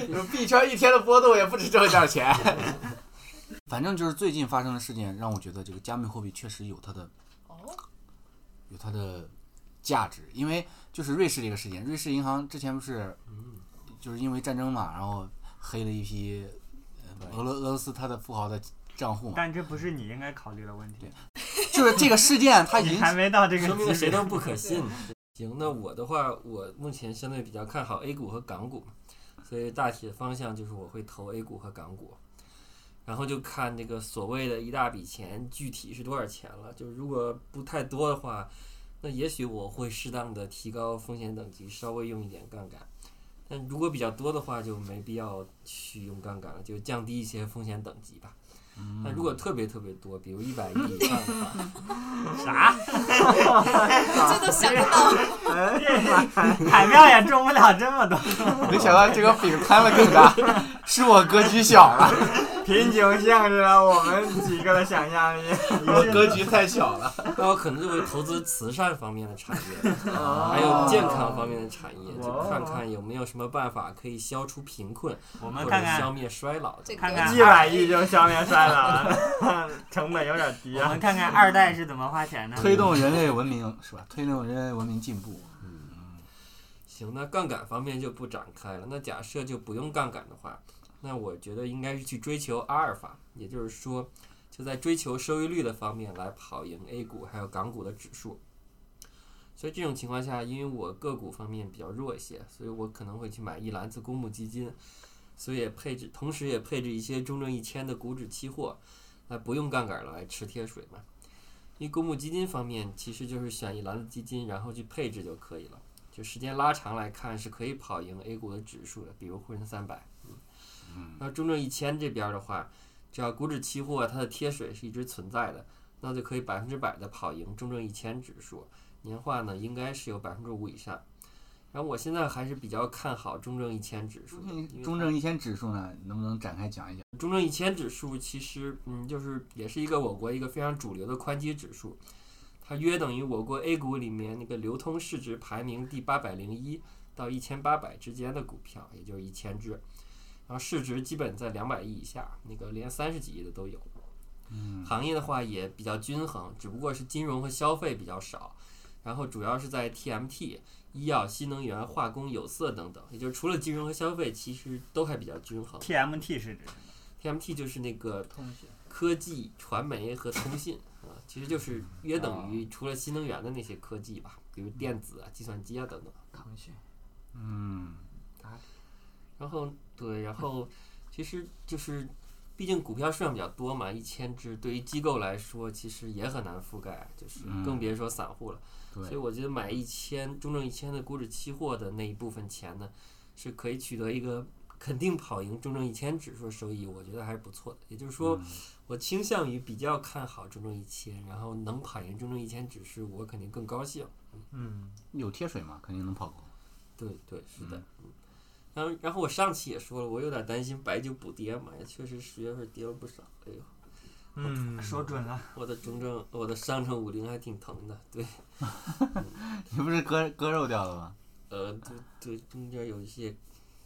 你们币圈一天的波动也不止这么点 儿钱。反正就是最近发生的事件，让我觉得这个加密货币确实有它的
哦，
有它的价值，因为就是瑞士这个事件，瑞士银行之前不是
嗯，
就是因为战争嘛，然后黑了一批呃俄罗俄罗斯他的富豪的账户嘛。
但这不是你应该考虑的问题，
就是这个事件，它
你
影
还没到这个
说明了
级
谁
别
都不可信。行，那我的话，我目前相对比较看好 A 股和港股，所以大体的方向就是我会投 A 股和港股，然后就看这个所谓的一大笔钱具体是多少钱了。就如果不太多的话，那也许我会适当的提高风险等级，稍微用一点杠杆。但如果比较多的话，就没必要去用杠杆了，就降低一些风险等级吧。
嗯
但如果特别特别多，比如一 百亿以上的话，
啥？
这都想不到，
哎海庙也中不了这么多，
没想到这个饼摊的更大， 是我格局小了，
贫穷限制了我们几个的想象力。
我格局太小了。
那我可能就会投资慈善方面的产 业。
还
哦
还有健康方面的产业，就
哇
看看有没有什么办法可以消除贫困
我
或
们
者
看
消
看，
灭衰老的。
这
看看啊
个
一百亿就消灭衰老了，成本有点低
我
啊
们。看看二代是怎么花钱的。
推动人类文明是吧？推动人类文明进步。
行，那杠杆方面就不展开了。那假设就不用杠杆的话，那我觉得应该是去追求阿尔法，也就是说，就在追求收益率的方面来跑赢 A 股还有港股的指数。所以这种情况下，因为我个股方面比较弱一些，所以我可能会去买一篮子公募基金，所以也配置，同时也配置一些中证一千的股指期货，那不用杠杆了来吃贴水嘛。因为公募基金方面，其实就是选一篮子基金，然后去配置就可以了。就时间拉长来看是可以跑赢 A 股的指数的，比如沪深三百。嗯，那中证一千这边的话，只要股指期货它的贴水是一直存在的，那就可以百分之百的跑赢中证一千指数，年化呢应该是有百分之五以上。然后我现在还是比较看好中证一千指数的，因为
中
它
证一千指数呢，能不能展开讲一讲？
中证一千指数其实，嗯，就是也是一个我国一个非常主流的宽基指数，它约等于我国 A 股里面那个流通市值排名第八百零一到一千八百之间的股票，也就是一千只，然后市值基本在两百亿以下，那个连三十几亿的都有。嗯，行业的话也比较均衡，只不过是金融和消费比较少，然后主要是在 TMT、医药、新能源、化工、有色等等，也就是除了金融和消费，其实都还比较均衡。
TMT 是指
TMT 就是那个
通讯，
科技、传媒和通信啊，其实就是约等于除了新能源的那些科技吧，比如电子啊、计算机啊等等。
腾讯
嗯，
然后对，然后其实就是，毕竟股票数量比较多嘛，一千只对于机构来说其实也很难覆盖，就是
嗯
更别说散户了。
对
所以我觉得买一千中证一千的股指期货的那一部分钱呢，是可以取得一个肯定跑赢中证一千指数的收益，我觉得还是不错的。也就是
嗯
说，我倾向于比较看好中证一千，然后能跑赢中证一千指数，我肯定更高兴。
嗯，
有贴水嘛，肯定能跑过。
对对，是的。嗯然后，然后我上期也说了，我有点担心白酒补跌嘛，也确实十月份跌了不少。哎呦，
嗯，
说准了，
我的中证，我的上证五零还挺疼的。 对，
你不是割割肉掉了吗？
呃，对对，中间有一些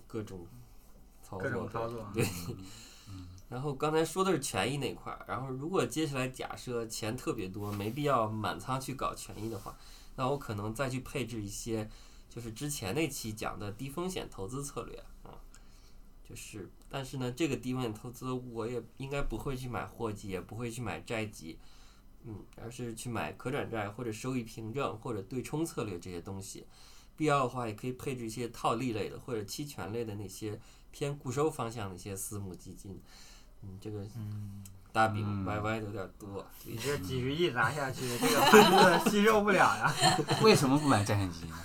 各种操
各种
作。
操作。
对然后刚才说的是权益那块儿，然后如果接下来假设钱特别多，没必要满仓去搞权益的话，那我可能再去配置一些，就是之前那期讲的低风险投资策略啊，就是但是呢，这个低风险投资我也应该不会去买货基，也不会去买债基，嗯，而是去买可转债或者收益凭证或者对冲策略这些东西，必要的话也可以配置一些套利类的或者期权类的那些偏固收方向的一些私募基金。嗯，这个大饼歪歪的有点多，所以
你这几十亿砸下去，这个盘子吸收不了呀。
为什么不买债券基金呢？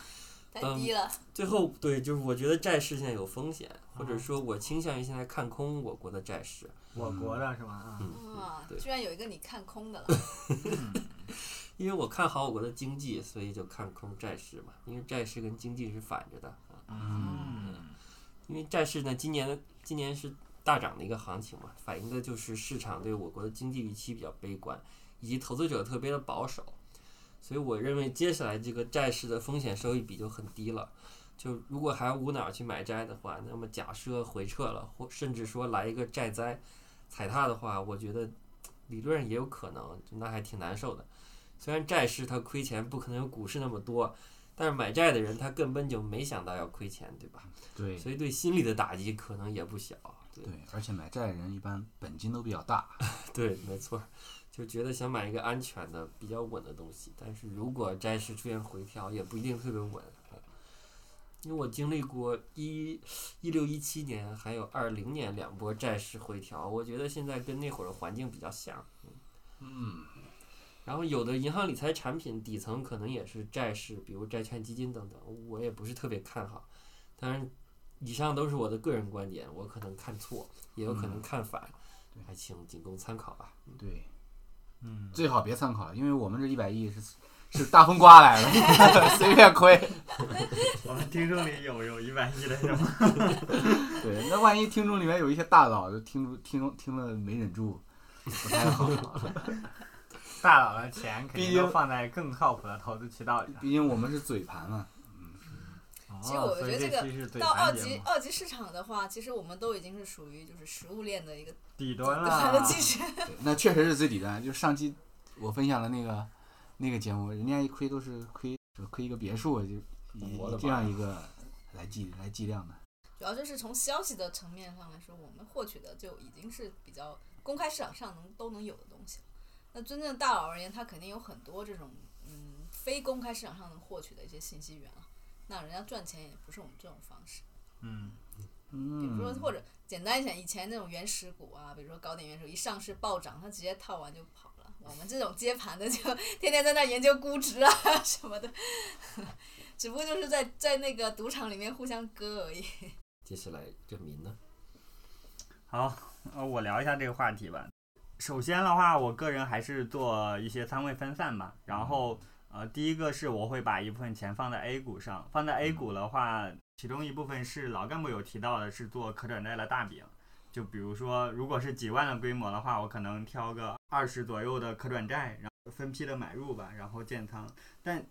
太低了。
最后对，就是我觉得债市现在有风险，或者说我倾向于现在看空我国的债市。
我国的是吧？啊，
哇
对，
居然有一个你看空的了，
因为我看好我国的经济，所以就看空债市嘛。因为债市跟经济是反着的啊。
嗯，
因为债市呢，今年的今年是大涨的一个行情嘛，反映的就是市场对我国的经济预期比较悲观，以及投资者特别的保守。所以我认为接下来这个债市的风险收益比就很低了。就如果还无脑去买债的话，那么假设回撤了，或甚至说来一个债灾踩踏的话，我觉得理论上也有可能，那还挺难受的。虽然债市它亏钱不可能有股市那么多，但是买债的人他根本就没想到要亏钱，对吧？
对
所以对心理的打击可能也不小。对
对，而且买债的人一般本金都比较大，
对，没错儿，就觉得想买一个安全的、比较稳的东西，但是如果债市出现回调，也不一定特别稳。因为我经历过一一六一七年还有二零年两波债市回调，我觉得现在跟那会儿的环境比较像。
嗯，
然后有的银行理财产品底层可能也是债市，比如债券基金等等，我也不是特别看好。当然，以上都是我的个人观点，我可能看错，也有可能看反，
嗯对
还请仅供参考吧。
对，
嗯，
最好别参考，因为我们这一百亿是是大风刮来的， 随便亏。
我们听众里有有一百亿的 是吗？
对，那万一听众里面有一些大佬，就听住听听了没忍住，不太好。
大佬的钱肯
毕
定
竟
都放在更靠谱的投资渠道里了。
毕竟我们是嘴盘嘛，
其实我
哦所以
觉
这
得这
期是对
到二
盘节
级
目
二级市场的话，其实我们都已经是属于就是食物链的一个
底端
大
了
的，技术。
对那确实是最底端。就上期我分享的那个那个节目，人家一亏都是亏亏一个别墅，就以
我的妈
这样一个来计来计量的。
主要就是从消息的层面上来说，我们获取的就已经是比较公开市场上能都能有的东西了。那真正大佬而言，他肯定有很多这种嗯非公开市场上能获取的一些信息源啊。那人家赚钱也不是我们这种方式，
嗯，
比如说
嗯，
或者简单一点，以前那种原始股啊，比如说搞点原始股一上市暴涨，他直接套完就跑了。我们这种接盘的就天天在那研究估值啊 什么的，只不过就是在在那个赌场里面互相割 而已。
接下来这民呢？
好，呃，我聊一下这个话题吧。首先的话，我个人还是做一些仓位分散吧。然
嗯
后，呃，第一个是我会把一部分钱放在 A 股上，放在
嗯
A 股的话，其中一部分是老干部有提到的，是做可转债的大饼。就比如说，如果是几万的规模的话，我可能挑个二十左右的可转债，然后分批的买入吧，然后建仓。但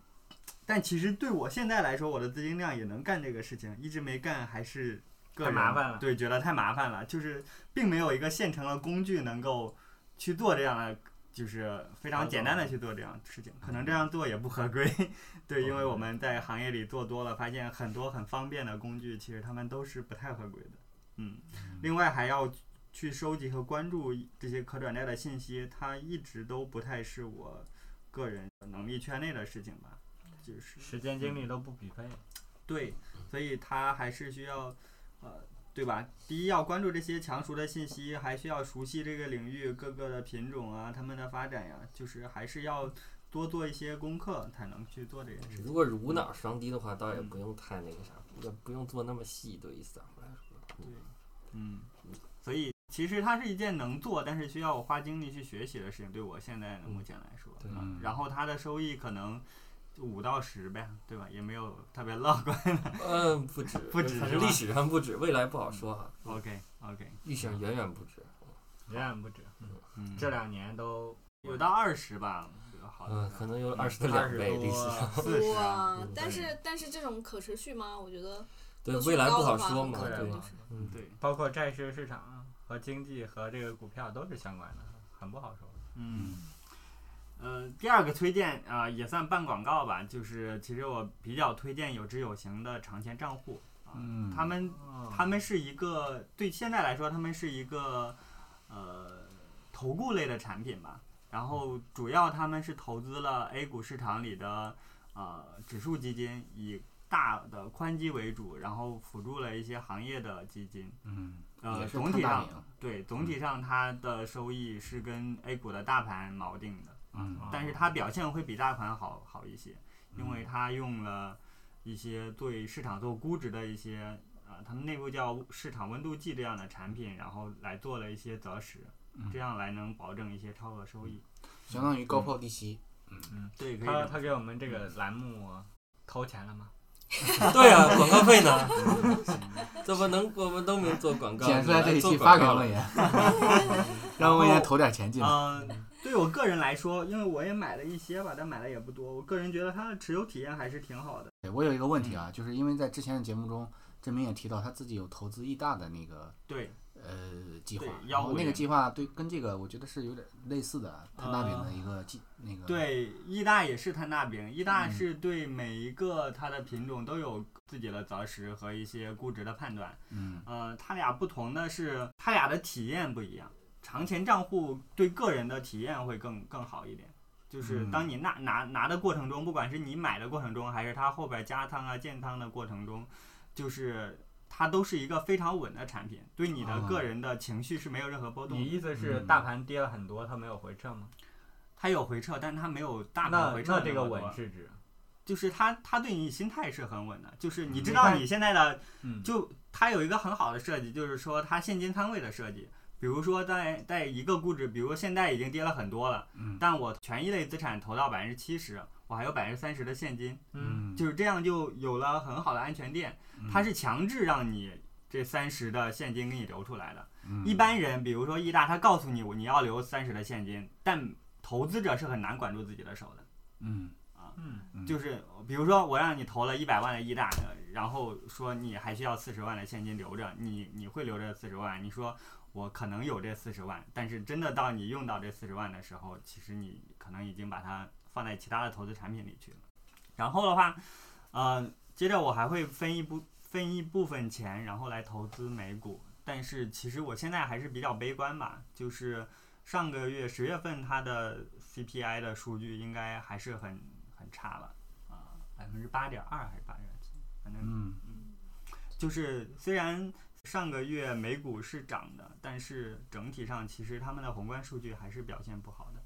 但其实对我现在来说，我的资金量也能干这个事情，一直没干还是个
太
人
麻烦了
对，觉得太麻烦了，就是并没有一个现成的工具能够去做这样的，就是非常简单的去做这样的事情。可能这样做也不合规， 对，因为我们在行业里做多了，发现很多很方便的工具，其实他们都是不太合规的。嗯，另外还要去收集和关注这些可转债的信息，它一直都不太是我个人能力圈内的事情吧，就是
时间精力都不匹配。
对，所以它还是需要，呃，对吧？第一要关注这些强熟的信息，还需要熟悉这个领域各个的品种啊，它们的发展呀、就是还是要多做一些功课才能去做这件事情。
如果是无脑双低的话，倒
嗯
也不用太那个啥，也不用做那么细，对于散户来 说。
嗯，所以其实它是一件能做，但是需要我花精力去学习的事情，对我现在的目前来说，
对
啊
嗯
然后它的收益可能五到十呗，对吧？也没有特别乐观。
嗯，不止，
不止
反
是
正
吧
历史上不止，未来不好说啊。
OK OK，
历史上远远不止。
远远不止，
嗯，
这两年都
有到二十吧，我觉得好
嗯，可
像
能有
嗯
二十的两
20
倍
多
历史上。
四十啊。
哇
嗯！
但
对
是但是这种可持续吗？我觉得
对
如果
未来
高
不
的
好
话
说
很
嘛，
可能
对
就
吧
是？
嗯，
对，
包括债市市场啊和经济和这个股票都是相关的，很不好说。
嗯，呃，第二个推荐啊、也算半广告吧，就是其实我比较推荐有知有行的长钱账户啊，
嗯
他们
哦
他们是一个对现在来说，他们是一个呃投顾类的产品吧。然后主要他们是投资了 A 股市场里的呃指数基金，以大的宽基为主，然后辅助了一些行业的基金。
嗯，
呃，
也是
总
看
体
大
上
饼，
对总体上它的收益是跟 A 股的大盘锚定的。
嗯
哦
但是它表现会比大盘好好一些，因为它用了一些对市场做估值的一些啊、呃他们内部叫市场温度计这样的产品，然后来做了一些择时，这样来能保证一些超额收益。
相当于
嗯
高抛 低吸。
对，可以
他
这么
他给我们这个嗯栏目投钱了吗？
对啊，广告费呢？怎么能我们都没做广告？
剪出啊来这一
你
期
做广
发给
告
梦
了。嗯
爷， 让梦爷投点钱进来。
嗯、对我个人来说，因为我也买了一些吧，但买的也不多。我个人觉得它的持有体验还是挺好的。
对我有一个问题啊，就是因为在之前的节目中，郑明也提到他自己有投资易大的那个
对，
呃计划
对，
然
15
后那个
年
计划对跟这个我觉得是有点类似的，他那边的一个计、那个
对，易大也是摊大饼，易大
嗯
是对每一个它的品种都有自己的择时和一些估值的判断。
嗯
呃，它俩不同的是，它俩的体验不一样。长钱账户对个人的体验会更更好一点。就是
嗯
当你拿拿拿的过程中，不管是你买的过程中，还是它后边加汤啊、建汤的过程中，就是它都是一个非常稳的产品，对你的
啊
个人的情绪是没有任何波动
哦你
的。
意思是
嗯
大盘跌了很多，它没有回撤吗？
它有回撤，但它没有大
那
盘回撤
那
么
这个
多
稳是指，
就是它它对你心态是很稳的，就是你
嗯
知
你
道
看
你现在的
嗯，
就它有一个很好的设计，就是说它现金仓位的设计。比如说在在一个估值，比如现在已经跌了很多了，
嗯
但我权益类资产投到百分之七十，我还有百分之三十的现金，
嗯，
就是这样就有了很好的安全垫。
嗯
它是强制让你这三十的现金给你留出来的。
嗯
一般人，比如说易大，他告诉你我你要留三十的现金，但投资者是很难管住自己的手的。
嗯
嗯，
嗯
就是比如说我让你投了一百万的易大，呃然后说你还需要四十万的现金留着，你你会留着四十万？你说我可能有这四十万，但是真的到你用到这四十万的时候，其实你可能已经把它放在其他的投资产品里去了。然后的话，呃，接着我还会分一部分一部分钱，然后来投资美股。但是其实我现在还是比较悲观吧，就是上个月十月份它的 CPI 的数据应该还是很很差吧，啊、百分之八点二还是八点几，反正
嗯
就是虽然上个月美股是涨的，但是整体上其实他们的宏观数据还是表现不好的。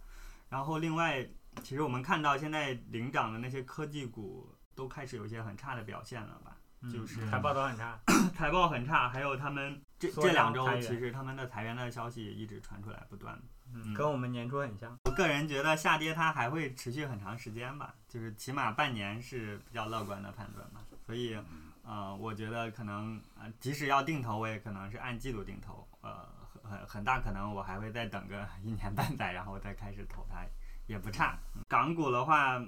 然后另外，其实我们看到现在领涨的那些科技股都开始有一些很差的表现了吧？就是
嗯财报都很差，
财报很差，还有他们这
缩
这
量
两周
裁员
其实他们的裁员的消息一直传出来不断。嗯
跟我们年初很像。
我个人觉得下跌它还会持续很长时间吧，就是起码半年是比较乐观的判断吧。所以，呃，我觉得可能呃，即使要定投，我也可能是按季度定投，呃，很很很大可能我还会再等个一年半载，然后再开始投它，也不差。嗯港股的话，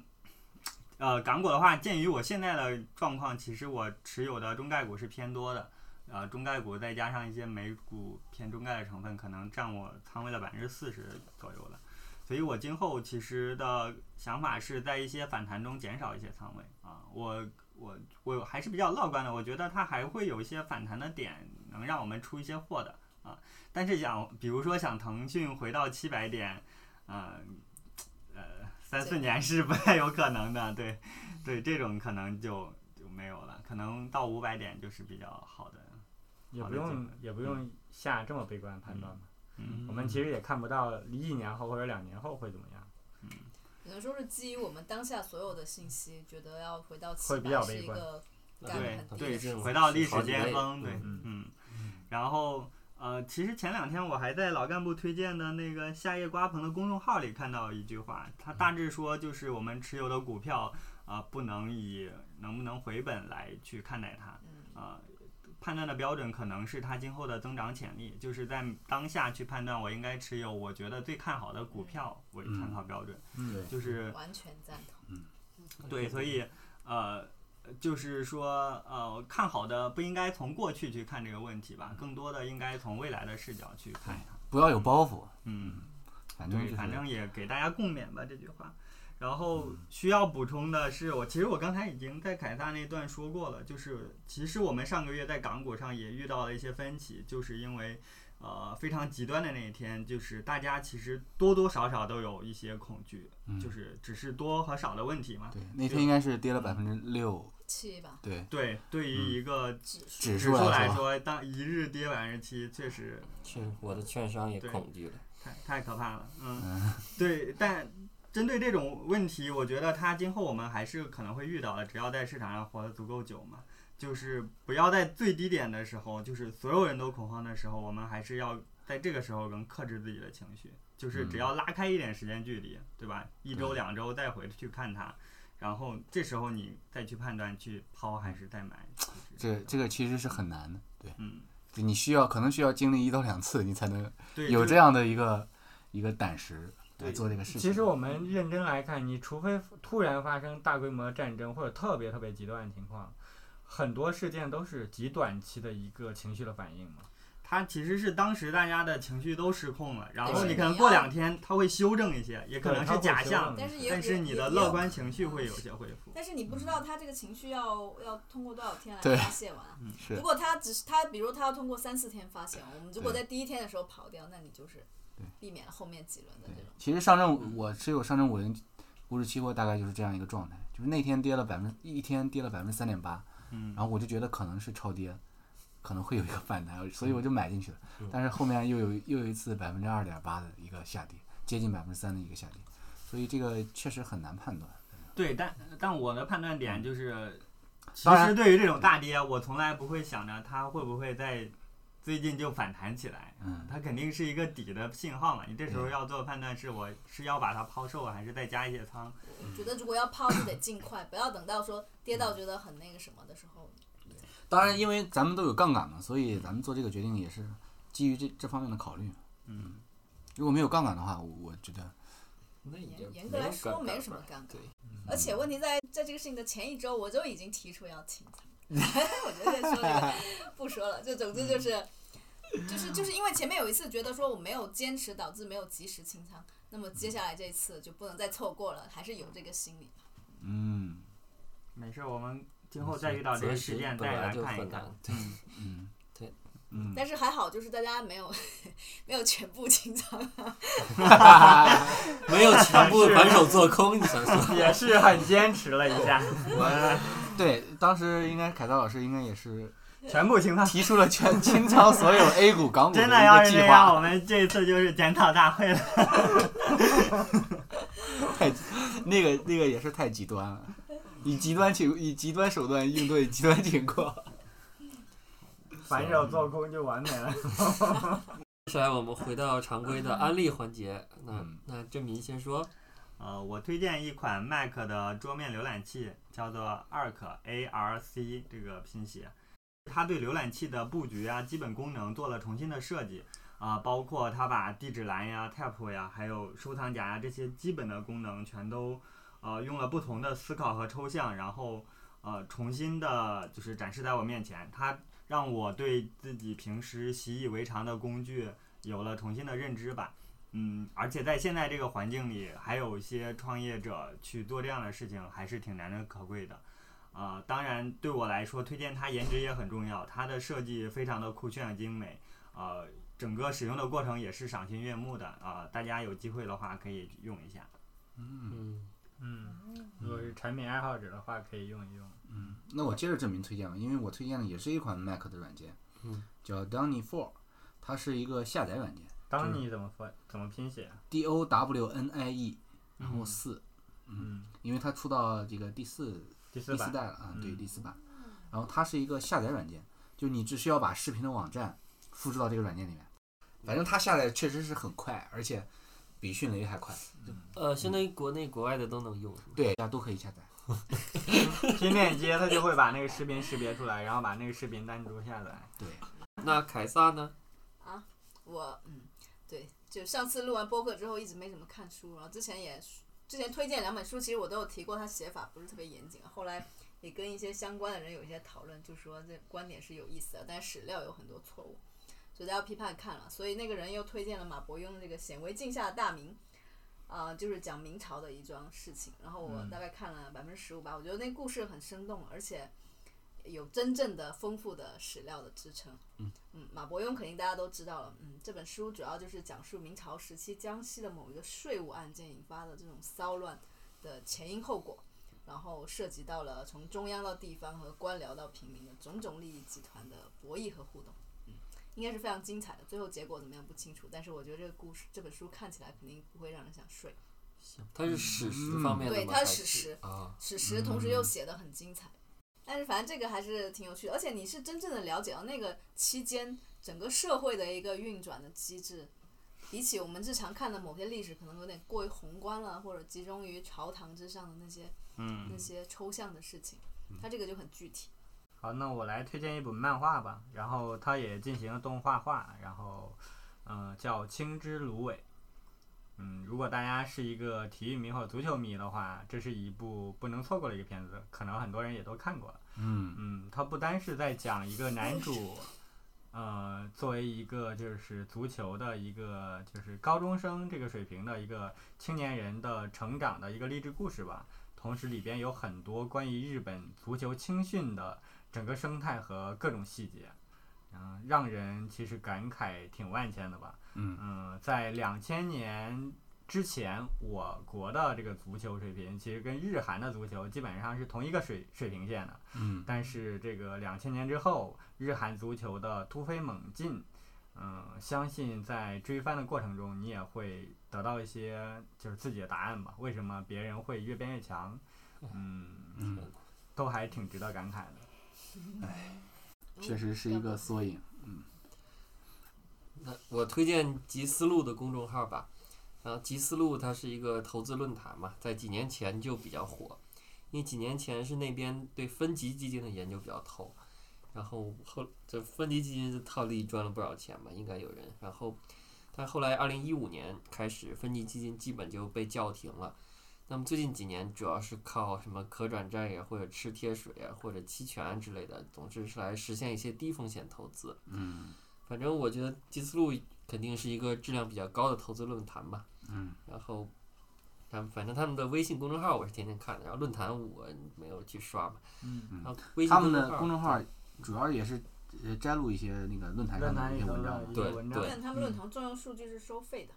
呃，港股的话，鉴于我现在的状况，其实我持有的中概股是偏多的。呃，中概股再加上一些美股偏中概的成分，可能占我仓位的百分之四十左右了。所以我今后其实的想法是在一些反弹中减少一些仓位啊，我我我还是比较乐观的，我觉得它还会有一些反弹的点能让我们出一些货的啊，但是想比如说想腾讯回到七百点，啊，呃，三四年是不太有可能的，对对，这种可能就就没有了，可能到五百点就是比较好的，
也
好
不
的机
用
会
也不用下这么悲观的判断嘛。
嗯
我们其实也看不到一年后或者两年后会怎么样，
只能说是基于我们当下所有的信息，觉得要回到七
会比
百
较
是
悲
一
观
个干得
对
很低
对
的事
是
情。
回到历史
是
尖
好几
峰，
倍
对，
嗯
嗯，然后呃，其实前两天我还在老干部推荐的那个夏夜瓜棚的公众号里看到一句话，它大致说就是我们持有的股票啊、不能以能不能回本来去看待它
嗯，
啊、判断的标准可能是它今后的增长潜力，就是在当下去判断我应该持有我觉得最看好的股票为参考标准，
对
就是
完全赞同。
嗯
对，所以呃，就是说呃，看好的不应该从过去去看这个问题吧，更多的应该从未来的视角去看它。
不要有包袱，
嗯，
哎反正
对，
就是嗯
反正也给大家共勉吧这句话。然后需要补充的是，我其实我刚才已经在凯撒那段说过了，就是其实我们上个月在港股上也遇到了一些分歧，就是因为呃非常极端的那一天，就是大家其实多多少少都有一些恐惧，
嗯
就是只是多和少的问题嘛。
对那天应该是跌了百分之六，
七吧，
对
对，对
嗯
于一个
指
指
数
数
来
来，说，当一日跌百分之七，确实
是我的券商也
对
恐惧了。
太太可怕了。嗯， 对，但针对这种问题，我觉得它今后我们还是可能会遇到的，只要在市场上活得足够久嘛。就是不要在最低点的时候，就是所有人都恐慌的时候，我们还是要在这个时候能克制自己的情绪。就是只要拉开一点时间距离，嗯对吧？一周、两周再回去看它，然后这时候你再去判断去抛还是再买。就是
这这个其实是很难的，对
嗯，
就你需要可能需要经历一到两次，你才能
对，
有
就是
这样的一个一个胆识来
对
做这个事情。
其实我们认真来看，你除非突然发生大规模战争或者特别特别极端的情况，很多事件都是极短期的一个情绪的反应嘛。
它其实是当时大家的情绪都失控了，然后
但是
你可能
你
过
要
两天它会修正一些，也可
对
能
它
是
会
假
修
象
正，
但是也
但是
也
你
也
的
也
乐
有
观情绪会有些恢复。
但是你不知道他这个情绪要要通过多少天
对
来发泄完啊
嗯。
是
如果他只是他，比如他要通过三四天发泄完，我们如果
对
在第一天的时候跑掉，那你就是
对
避免了后面几轮的
对
这种。，
其实上证五我持有上证五零股指期货，大概就是这样一个状态，就是那天跌了百分一天跌了百分之三点八，
嗯
然后我就觉得可能是超跌，可能会有一个反弹，所以我就买进去了
嗯。
但是后面又有又有一次百分之二点八的一个下跌，接近百分之三的一个下跌，所以这个确实很难判断。
对，但但我的判断点就是，其
当然
实对于这种大跌，我从来不会想着它会不会在最近就反弹起来，
嗯，
它肯定是一个底的信号嘛。你这时候
对
要做判断，是我是要把它抛售，还是再加一些仓？
我觉得如果要抛就得尽快，不要等到说跌到觉得很那个什么的时候。
当然，因为咱们都有杠杆嘛，所以咱们做这个决定也是基于这这方面的考虑。
嗯，
如果没有杠杆的话，我我觉得
那已经
严严格来说没什么
杠
杠杆
对，嗯
而且问题在在这个事情的前一周，我就已经提出要清仓。 我觉得说这个不说了，就总之就是，
嗯
就是就是因为前面有一次觉得说我没有坚持，导致没有及时清仓，那么接下来这一次就不能再错过了，还是有这个心理。
嗯
没事，我们今后再遇到这些事件再来看一看。 嗯，
嗯
对
嗯，
但是还好，就是大家没有 没有全部清仓，
没有全部反手做空，你想说？
也是很坚持了一下，
对，当时应该凯撒老师应该也是
全部清仓。
提出了全清仓所有 A 股、港股
真
的
的
一
要
个
是
计
这样，
划，
我们这次就是检讨大会了。
那个那个也是太极端了，以极端情以极端手段应对极端情况。
反手做空就完美 了。
接下来我们回到常规的安利环节。那
嗯
那郑民先说，
呃，我推荐一款 Mac 的桌面浏览器，叫做 Arc A R C 这个拼写。它对浏览器的布局啊、基本功能做了重新的设计啊、包括它把地址栏呀、Tab 呀，还有收藏夹呀这些基本的功能全都呃用了不同的思考和抽象，然后呃重新的就是展示在我面前。它让我对自己平时习以为常的工具有了重新的认知吧。嗯，而且在现在这个环境里，还有一些创业者去做这样的事情，还是挺难能可贵的。啊、当然对我来说，推荐它颜值也很重要，它的设计非常的酷炫精美，呃，整个使用的过程也是赏心悦目的啊、大家有机会的话可以用一下。
嗯
嗯，
嗯，如果是产品爱好者的话，可以用一用。
嗯， 那我接着证明推荐吧，因为我推荐的也是一款 Mac 的软件，
嗯，
叫 Downy Four，它是一个下载软件
当你怎么说怎么拼写？
，D O W N I E，然后四，
嗯，
因为它出到这个第四
第四
第四
版。
代了啊，对，
嗯
第四版。然后它是一个下载软件，就你只需要把视频的网站复制到这个软件里面。反正它下载确实是很快，而且比迅雷还快。
呃，现在国内国外的都能用，是吗
对，大家都可以下载。
拼链接，它就会把那个视频识别出来，然后把那个视频单独下载。
对，
那凯撒呢？
我嗯，对，就上次录完播客之后一直没怎么看书，然后之前也之前推荐两本书，其实我都有提过，它写法不是特别严谨。后来也跟一些相关的人有一些讨论，就说这观点是有意思的，但史料有很多错误，所以大家批判看了。所以那个人又推荐了马伯庸这个《显微镜下的大明》。啊、就是讲明朝的一桩事情，然后我
嗯
大概看了百分之十五吧，我觉得那故事很生动，而且有真正的丰富的史料的支撑。嗯，马伯庸肯定大家都知道了。嗯，这本书主要就是讲述明朝时期江西的某一个税务案件引发的这种骚乱的前因后果，然后涉及到了从中央到地方和官僚到平民的种种利益集团的博弈和互动。嗯，应该是非常精彩的。最后结果怎么样不清楚，但是我觉得这个故事这本书看起来肯定不会让人想睡。
它是史实方面的吗？
对，它
还
是史实，
啊，
史实，同
嗯
时又写的很精彩。但是反正这个还是挺有趣的，而且你是真正的了解到那个期间整个社会的一个运转的机制，比起我们日常看的某些历史，可能有点过于宏观了，或者集中于朝堂之上的那些
嗯
那些抽象的事情，
嗯
它这个就很具体。
好，那我来推荐一本漫画吧，然后它也进行了动画化，然后，嗯、叫《青之芦苇》。嗯，如果大家是一个体育迷或者足球迷的话，这是一部不能错过的一个片子，可能很多人也都看过了。
嗯
嗯，它不单是在讲一个男主，
呃，作为一个就是足球的一个就是高中生这个水平的一个青年人的成长的一个励志故事吧。同时里边有很多关于日本足球青训的整个生态和各种细节，嗯，让人其实感慨挺万千的吧。
嗯，
嗯，在两千年之前，我国的这个足球水平其实跟日韩的足球基本上是同一个水水平线的。
嗯，
但是这个两千年之后，日韩足球的突飞猛进，嗯，相信在追番的过程中，你也会得到一些就是自己的答案吧？为什么别人会越变越强？嗯，
嗯，
都还挺值得感慨的。
确实是一
嗯
个缩影。
那我推荐吉思路的公众号吧。然后吉思路它是一个投资论坛嘛，在几年前就比较火，因为几年前是那边对分级基金的研究比较透，然后后这分级基金的套利赚了不少钱嘛，应该有人。然后，但后来二零一五年开始，分级基金基本就被叫停了。那么最近几年主要是靠什么可转债呀，或者吃贴水呀，或者期权之类的，总之是来实现一些低风险投资。
嗯
反正我觉得吉思路肯定是一个质量比较高的投资论坛吧。
嗯，
然后，他们反正他们的微信公众号我是天天看的，然后论坛我没有去刷嘛。
嗯，
然后微信
他们
众
的
号
公众号主要也是呃摘录一些那个论坛上
论坛
的一
里
些
头
文章
的
嘛
一。
对
个文章，
对
但他们
嗯
论坛重要数据是收费的，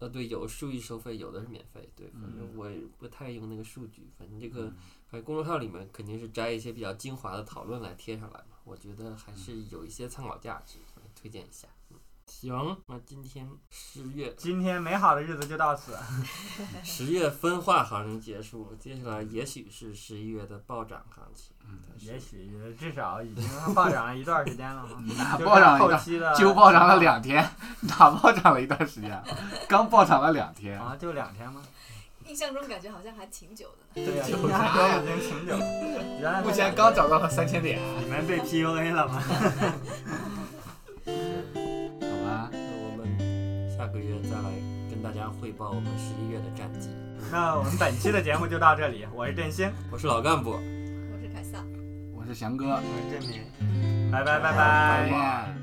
呃对，有数据收费，有的是免费。对，反正
嗯
我也不太用那个数据，反正这个
嗯
反正公众号里面肯定是摘一些比较精华的讨论来贴上来嘛，我觉得
嗯
还是有一些参考价值，推荐一下。嗯，行，那今天十月
今天美好的日子就到此。
哎
十月分化行情结束，接下来也许是十一月的暴涨行情。
嗯
但是
也许至少已经暴涨了一段时间了嘛，就
嗯暴
看
涨了一
后
段
期的
就暴涨了两天，哪暴涨了一段时间？刚暴涨了两天。
啊，就两天吗？
印象中感觉好像还挺久的呢。
对呀、今天还说已经挺久了，原来
目前刚涨到了三千点，
你们被 PUA 了吗？
好吧？
那我们下个月再来跟大家汇报我们十一月的战绩。
那我们本期的节目就到这里，我是振兴，
我是老干部。
我是凯撒。
我是翔哥，
我是郑明。
拜拜拜
再
拜。
见。